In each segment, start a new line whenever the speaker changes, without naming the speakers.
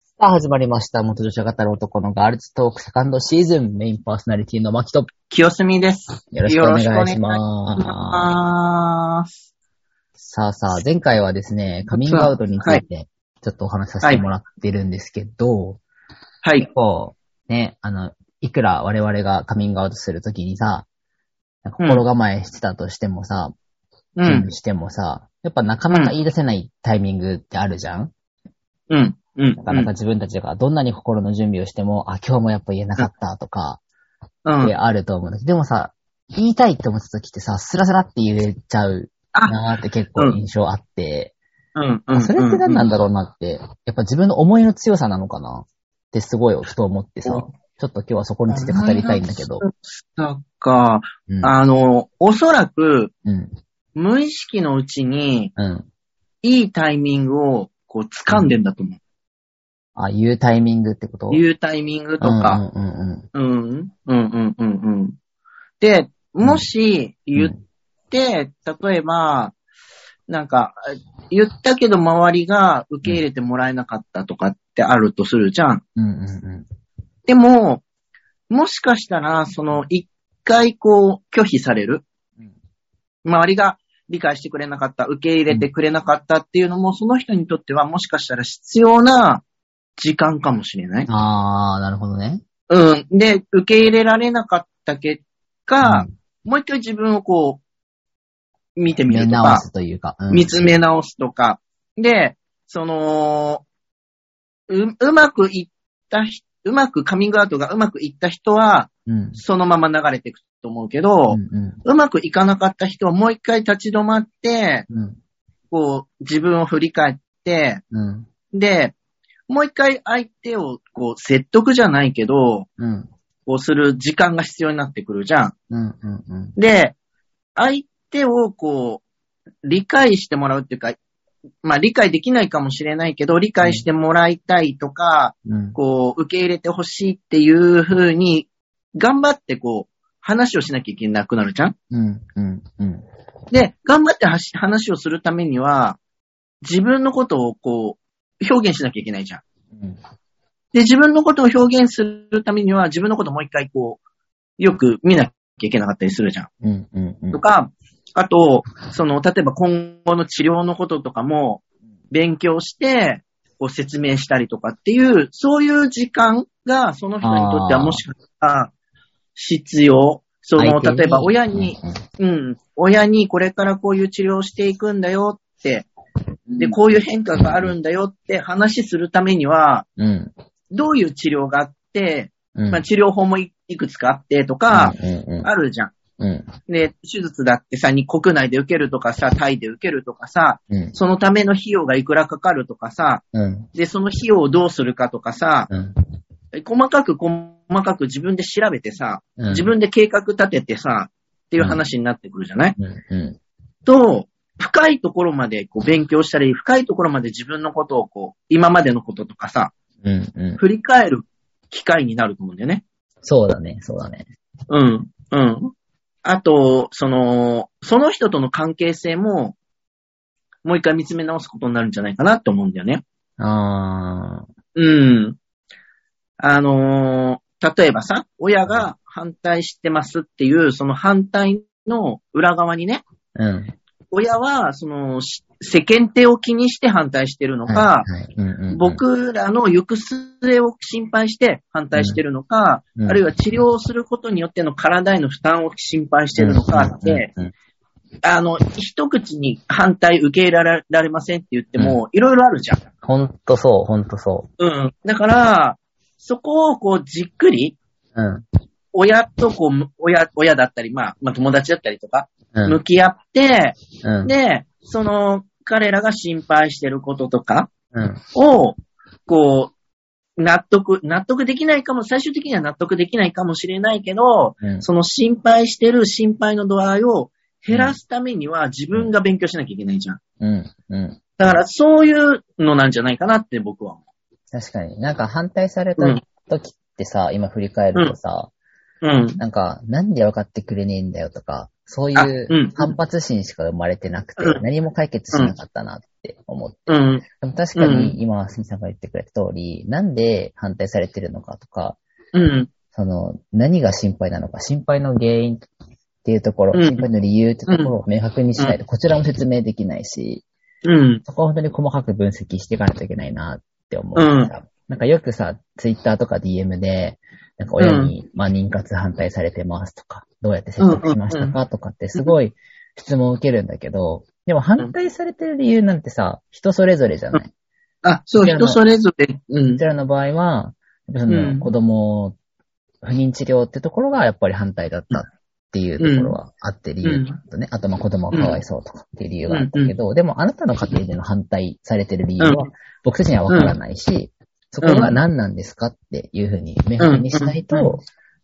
さあ、始まりました。元女子が語る男のガールズトークセカンドシーズンメインパーソナリティの牧と、
清澄です。
よろしくお願いし
よろしくお
ます。
あー
さあさあ、前回はですね、カミングアウトについて、ちょっとお話しさせてもらってるんですけど、
はい
結。構、ね、あの、いくら我々がカミングアウトするときにさ、なんか心構えしてたとしてもさ、
う
準
ん
備。してもさ、やっぱなかなか言い出せないタイミングってあるじゃん
うん。うん。
なかなか自分たちがどんなに心の準備をしても、あ、今日もやっぱ言えなかったとか、
うん。
ってあると思うんだけど、でもさ、言いたいって思った時ってさ、スラスラって言えちゃうなーって結構印象あって、
うん。うん。
それって何なん
だ
だろうなって、やっぱ自分の思いの強さなのかなってすごいふと思ってさ、ち
う
ょっと今日はそこについて語りたいんだけど。。
なんか、
うん。
あの、おそらく、
うん。
無意識のうちに、
うん。
いいタイミングを、こう、掴んでんだと思
あ、言うタイミングってこと
う。言うタイミングとか、
うんうんうんうん。
うん。うん。うん。うん。うん。で、もし、言って、例えば、なんか、言ったけど周りが受け入れてもらえなかったとかってあるとするじゃん。
うんうんう
でも、もしかしたら、その、一回こう、拒否される。
んうん。
周りが理解してくれなかった、受け入れてくれなかったっていうのも、その人にとってはもしかしたら必要な時間かもしれない。
あー、なるほどね。
うん。で、受け入れられなかった結果、
うん
もう一回自分をこう、見てみる
見
と
直
か、
すというか。うん
見つめ直すとか。で、その、う、うまくいったひ、うまくカミングアウトがうまくいった人は、
うん。
そのまま流れていくと思うけ
う
ど、
んう
うまくいかなかった人はもう一回立ち止まって、
ん。うん。
こう、自分を振り返って、
うん。
で、もう一回相手を、こう、説得じゃないけど、
うん。
こうする時間が必要になってくるじゃん。
うん。うん。うん。
で、相手を、こう、理解してもらうっていうか、まあ理解できないかもしれないけど、理解してもらいたいとか、
うん。
こう、受け入れてほしいっていう風に、頑張ってこう、話をしなきゃいけなくなるじゃん
うん。うん。うん。
で、頑張ってはし話をするためには、自分のことをこう、表現しなきゃいけないじゃん。
うん
で、自分のことを表現するためには、自分のことをもう一回こう、よく見なきゃいけなかったりするじゃん。
うんうんうん
とか、あと、その、例えば今後の治療のこととかも、勉強して、こう説明したりとかっていう、そういう時間が、その人にとってはもしかしたら、必要。その、
相手
例えば親に、うん、親にこれからこういう治療をしていくんだよって、で、こういう変化があるんだよって話するためには、
うん、
どういう治療があって、
うん。
まあ、治療法もいいくつかあってとか、
うんうん
あるじゃん。
うん
で、手術だってさ、に国内で受けるとかさ、タイで受けるとかさ、
うん
そのための費用がいくらかかるとかさ、
うん
で、その費用をどうするかとかさ、
うん
細かく細かく自分で調べてさ、
うん
自分で計画立ててさ、っていう話になってくるじゃない
うんう
と、深いところまでこう勉強したり、深いところまで自分のことをこう、今までのこととかさ、
んうんうん
振り返る機会になると思うんだよね。
そうだね、そうだね。
うん、うん。あと、その、その人との関係性も、もう一回見つめ直すことになるんじゃないかなと思うんだよね。
あ
うん。あのー例えばさ、親が反対してますっていう、その反対の裏側にね、
ー。うん。
親は、その、し世間体を気にして反対してるのか
は、いはいうんうんうん、
僕らの行く末を心配して反対してるのか、
うんうん
あるいは治療をすることによっての体への負担を心配してるのかって、
うんうん
あの、一口に反対受け入れられられませんって言っても、いろいろあるじゃん。
ほんとそう、ほんとそ
うん。だから、そこをこうじっくり、
う。うん。
親とこう、親、親だったり、まあ、まあ友達だったりとか、
うん。
向き合って、
うん。
で、その、彼らが心配してることとか
うん。
を、こう、納得、納得できないかも、最終的には納得できないかもしれないけど、
うん
その心配してる心配の度合いを減らすためには自分が勉強しなきゃいけないじゃん。
うん。うん。
だからそういうのなんじゃないかなって僕は思
確かに。なんか反対された
うん
時ってさ、今振り返るとさ、
う。うん。
なんか、なんで分かってくれねえんだよとか、そうい
あうん
う反発心しか生まれてなくて
う、ん
何も解決しなかったなっって思って。
うん。
でも確かに今、杉さんが言ってくれた通り、なんで反対されてるのかとか、
うん。
その、何が心配なのか、心配の原因っていうところ、
うん
心配の理由ってところを明確にしないと、こちらも説明できないし、
うん。
そこは本当に細かく分析していかないといけないなって思うから、なんかよくさ、ツイッターとか DM で、なんか親に、まあ妊活反対されてますとか、どうやって選択しましたかとかってすごい質問を受けるんだけど、でも反対されてる理由なんてさ、人それぞれじゃない。
あ、そう、
こちらの
人それぞれ。うん
こち。らの場合は、やっぱそ
う
の
ん
子供を不妊治療ってところがやっぱり反対だったっていうところはあって理由とね、あとまあ子供がかわいそうとかっていう理由があったけど、でもあなたの家庭での反対されてる理由
う
は僕たちにはわからないし、そこが何なんですかっていうふうに明確にしないと、
うんうん
うん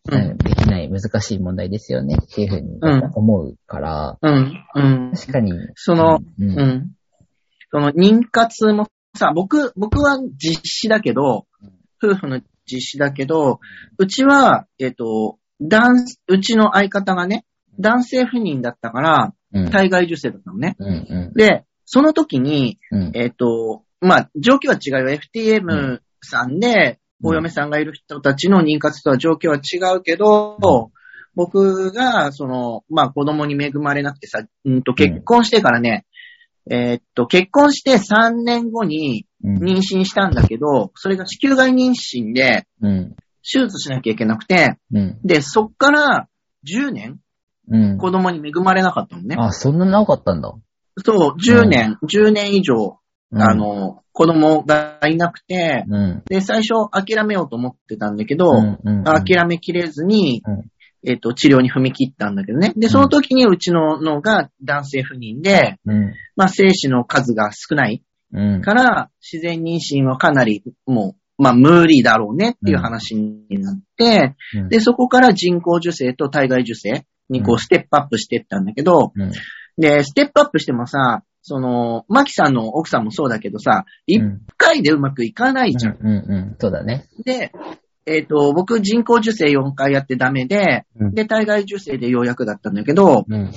できない難しい問題ですよねっていうふうに
うん
思うから、
うん。うん。
確かに。
その、
うん、
う
うん
ん。その妊活もさ、僕、僕は実施だけど、夫婦の実施だけど、うちは、えっ、と、男、うちの相方がね、男性不妊だったから、
うん、
体外受精だったのね。
うん、う
で、その時に、
ん、うん、
えっ、と、まあ、状況は違うよ。FTM さんで、
うん
お嫁さんがいる人たちの妊活とは状況は違うけど、
う
僕が、その、まあ、子供に恵まれなくてさ、うんと、結婚してからね、えっと、結婚して3年後に
うん、
妊娠したんだけど、それが子宮外妊娠で、
うん、
手術しなきゃいけなくて、
うん、
で、そっから10年、
うん。
子供に恵まれなかったのね。
あ、そんな長かったんだ。
そう、10年、10年以上、
うん
あ、の、子供がいなくて、
うん。
で、最初諦めようと思ってたんだけど、
うんうんうん
諦めきれずに、
うん
えっ、と、治療に踏み切ったんだけどね。で、その時にうちののが男性不妊で、
うん。
まあ、精子の数が少ない
うん。
から、自然妊娠はかなり、もう、まあ、無理だろうねっていう話になって、
うん
で、そこから人工受精と体外受精に
う
こう、ステップアップしていったんだけど、
うん。
で、ステップアップしてもさ、その、マキさんの奥さんもそうだけどさ、一
うん
回でうまくいかないじゃん
うんうん。そうだね。
で、えっ、と、僕人工受精4回やってダメで、
うん
で、体外受精でようやくだったんだけど、
うん。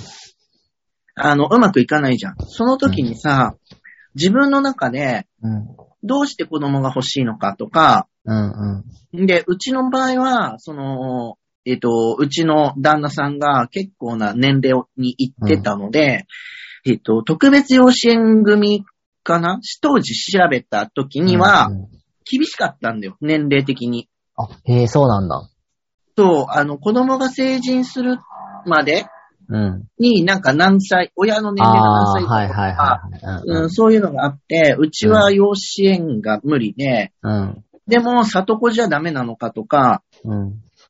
あの、うまくいかないじゃん。その時にさ、自分の中で、
うん。
どうして子供が欲しいのかとか、
うん。
で、うちの場合は、その、えっ、と、うちの旦那さんが結構な年齢に行ってたので、えっ、と、特別養子縁組かな当時調べた時には
う、ん、
厳しかったんだよ、年齢的に。
あ、へえ、そうなんだ。
そう、あの、子供が成人するまで
うん。
に、なんか何歳、親の年齢が
ああ
何歳
ー、
とか、
はいはいはい。
う
うん
ん、そういうのがあって、うちは養子縁が無理で、
うん。
でも、里子じゃダメなのかとか、
うん。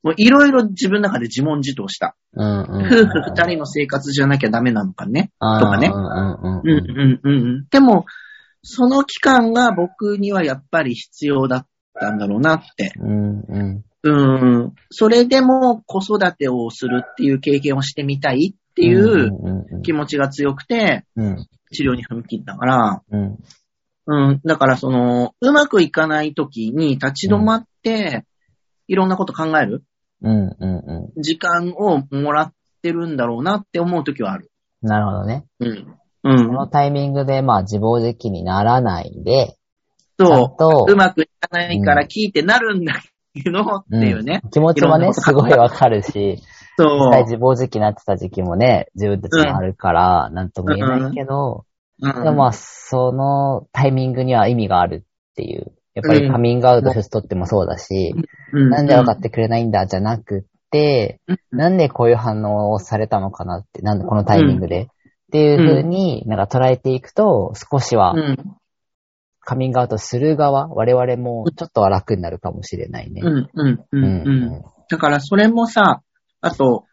もういろいろ自分の中で自問自答した。
うん。うん。
夫婦二人の生活じゃなきゃダメなのかね。とかね
うんうん
うんうんうんうん。でも、その期間が僕にはやっぱり必要だったんだろうなって。
うん。うんうん。
うん。それでも子育てをするっていう経験をしてみたいっていう、
うんうん
気持ちが強くて、
うん。
治療に踏み切ったから、
うん。
うん、だからその、うまくいかない時に立ち止まって、いろんなこと考える
うん。うん。う
時間をもらってるんだろうなって思う時はある。
ん。なるほどね。
うん。うん
こ。のタイミングで、まあ、自暴自棄にならないで、ちゃん
そ
と
う。うまくいかないから聞いてなるんだけど、っていうね。
気持ちもね、すごいわかるし、
そ
実際
う。
自暴自棄になってた時期もね、自分たちもあるから、なんとも言えないけど、
うん
でもまあ、そのタイミングには意味があるっていう。やっぱりカミングアウト一つとってもそうだし、
うん
なんで分かってくれないんだじゃなくって、なんでこういう反応をされたのかなって、なんでこのタイミングで。っていう風になんか捉えていくと、少しは
うん。
カミングアウトする側、我々もちょっとは楽になるかもしれないね。
うん。うん。う。
うん
うん。
ん
だからそれもさ、あと、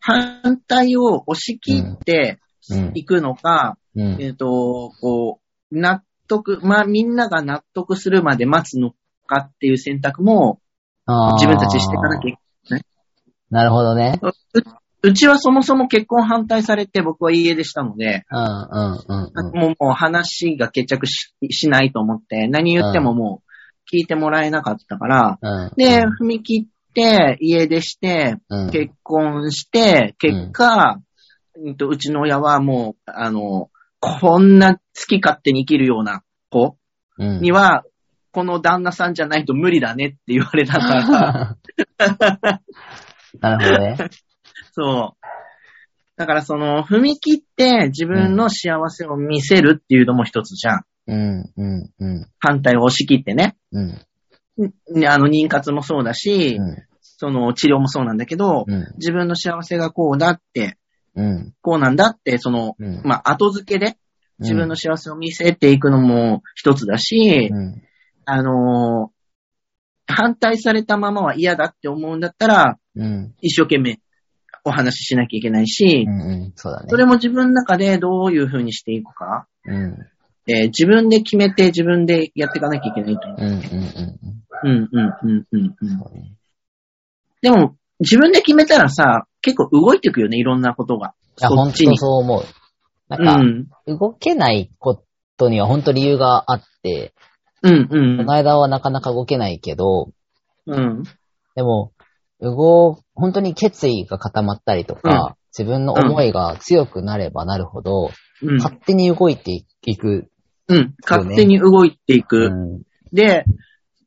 反対を押し切って
うん
いくのか、
うん
えっ、と、こう、納得、まあみんなが納得するまで待つのかっていう選択も
あー
自分たちでしていかなきゃいけ
なるほどね。
ない。ううちはそもそも結婚反対されて僕は家出したので、
うんうんうんうん。
もうもう話が決着ししないと思って、何言ってももう聞いてもらえなかったから、
うん
で、踏み切って家出して、
うん
結婚して、結果、うんとうちの親はもう、あの、こんな好き勝手に生きるような子
うん
には、この旦那さんじゃないと無理だねって言われたから、
なるほどね。
そう。だからその、踏み切って自分の幸せを見せるっていうのも一つじゃん。
うん、うん、うん、
反対を押し切ってね。
うん、
ねあの、妊活もそうだし、
うん、
その治療もそうなんだけど、
うん、
自分の幸せがこうだって、
うん、
こうなんだって、その、
うん。
まあ、後付けで自分の幸せを見せていくのも一つだし、
うん、
あのー反対されたままは嫌だって思うんだったら、
うん、うん、
一生懸命お話ししなきゃいけないし
う、ん、うんそうだね。
それも自分の中でどういう風にしていくか、
うん、うん、
えー自分で決めて自分でやっていかなきゃいけないと思う。
うん、うん、うん
うんうんうんうんうん。
そうね。
でも、自分で決めたらさ、結構動いていくよね、いろんなことが。
いや、
そ
本
っち
当
に。
そう思う。な
うんん。
か、動けないことには本当理由があって、
うんう
こ
ん
の。間はなかなか動けないけど、
うん。
でも、動、本当に決意が固まったりと
う
か、自分の思いが強くなればなるほど、
うん。
勝手に動いていく。
うん。勝手に動いていく。
ん。
で、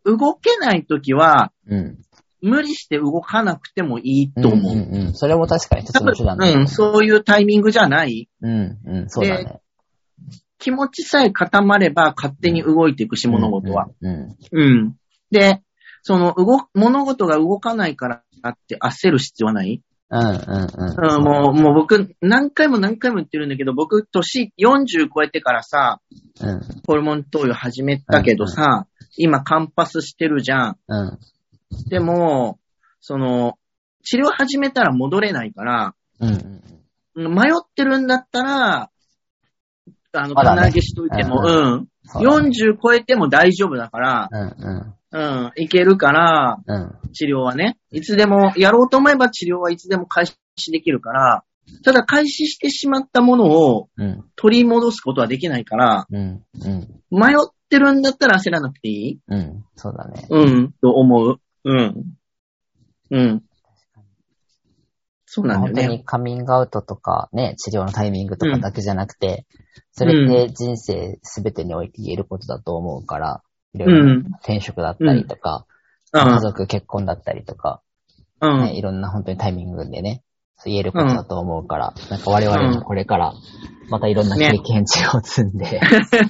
動けないときは、
うん。
無理して動かなくてもいいと思う。
んんうん。それも確かに一つの手段だ
多
よ
分、う
ね
ん、そういうタイミングじゃない。
うん、うん、そうだね。
気持ちさえ固まれば勝手に動いていくし、物事は。
うん。うん。
うん。で、その、動、物事が動かないからって焦る必要はない
うん、うん、うん。
うん、もう、もう僕、何回も何回も言ってるんだけど、僕、年40超えてからさ、
うん、
ホルモン投与始めたけどさ、今、カンパスしてるじゃん。
うん。
でも、その、治療始めたら戻れないから、
うん、うん。
迷ってるんだったら、あの、
まだね
棚上げしといても、
う
うん。
そうだね
40超えても大丈夫だから、
うん、うん、
うん、いけるから、
うん。
治療はね。いつでも、やろうと思えば治療はいつでも開始できるから、ただ開始してしまったものを
うん、
取り戻すことはできないから、
うん、うん、
迷ってるんだったら焦らなくていい
うん。そうだね。
うん、と思う。うん。うん。そうなんだ
本
よ
当
ね。
にカミングアウトとかね、治療のタイミングとかだけじゃなくて、それって人生すべてにおいて言えることだと思うから、いろいろ転職だったりとか、
う
家
ん。
族結婚だったりとか、
うん。
ね、いろんな本当にタイミングでね、そう言えることだと思うから、なんか我々もこれから、またいろんな経験値を積んで、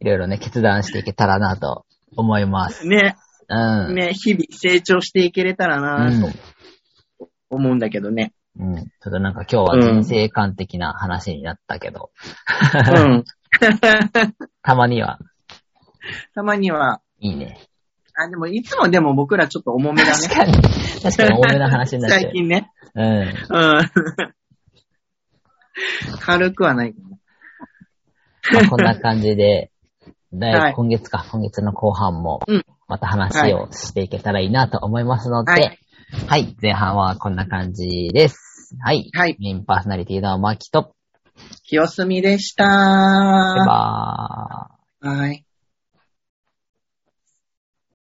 いろいろね、決断していけたらなと思います。
ね、
うん。
ね、日々成長していけれたら
う
な、
ん
と。思うんだけどね。
うん。ちょっとなんか今日は人生観的な話になったけど、
うん。
たまには
たまには、
いいね。
あ、でもいつもでも僕らちょっと重めだ
確
ね。
かに、確かに多めな話になっちゃ
最
う。
近ね。
うん。
うん。 軽くはないけど。
まあこんな感じで、だい
はい
今月か、今月の後半も
うん、
また話をしていけたらいいなと思いますので、は
はいい、
前半はこんな感じです。はい。
はい
メインパーソナリティのマキと、
清澄でした。
バイバーイ。
はい。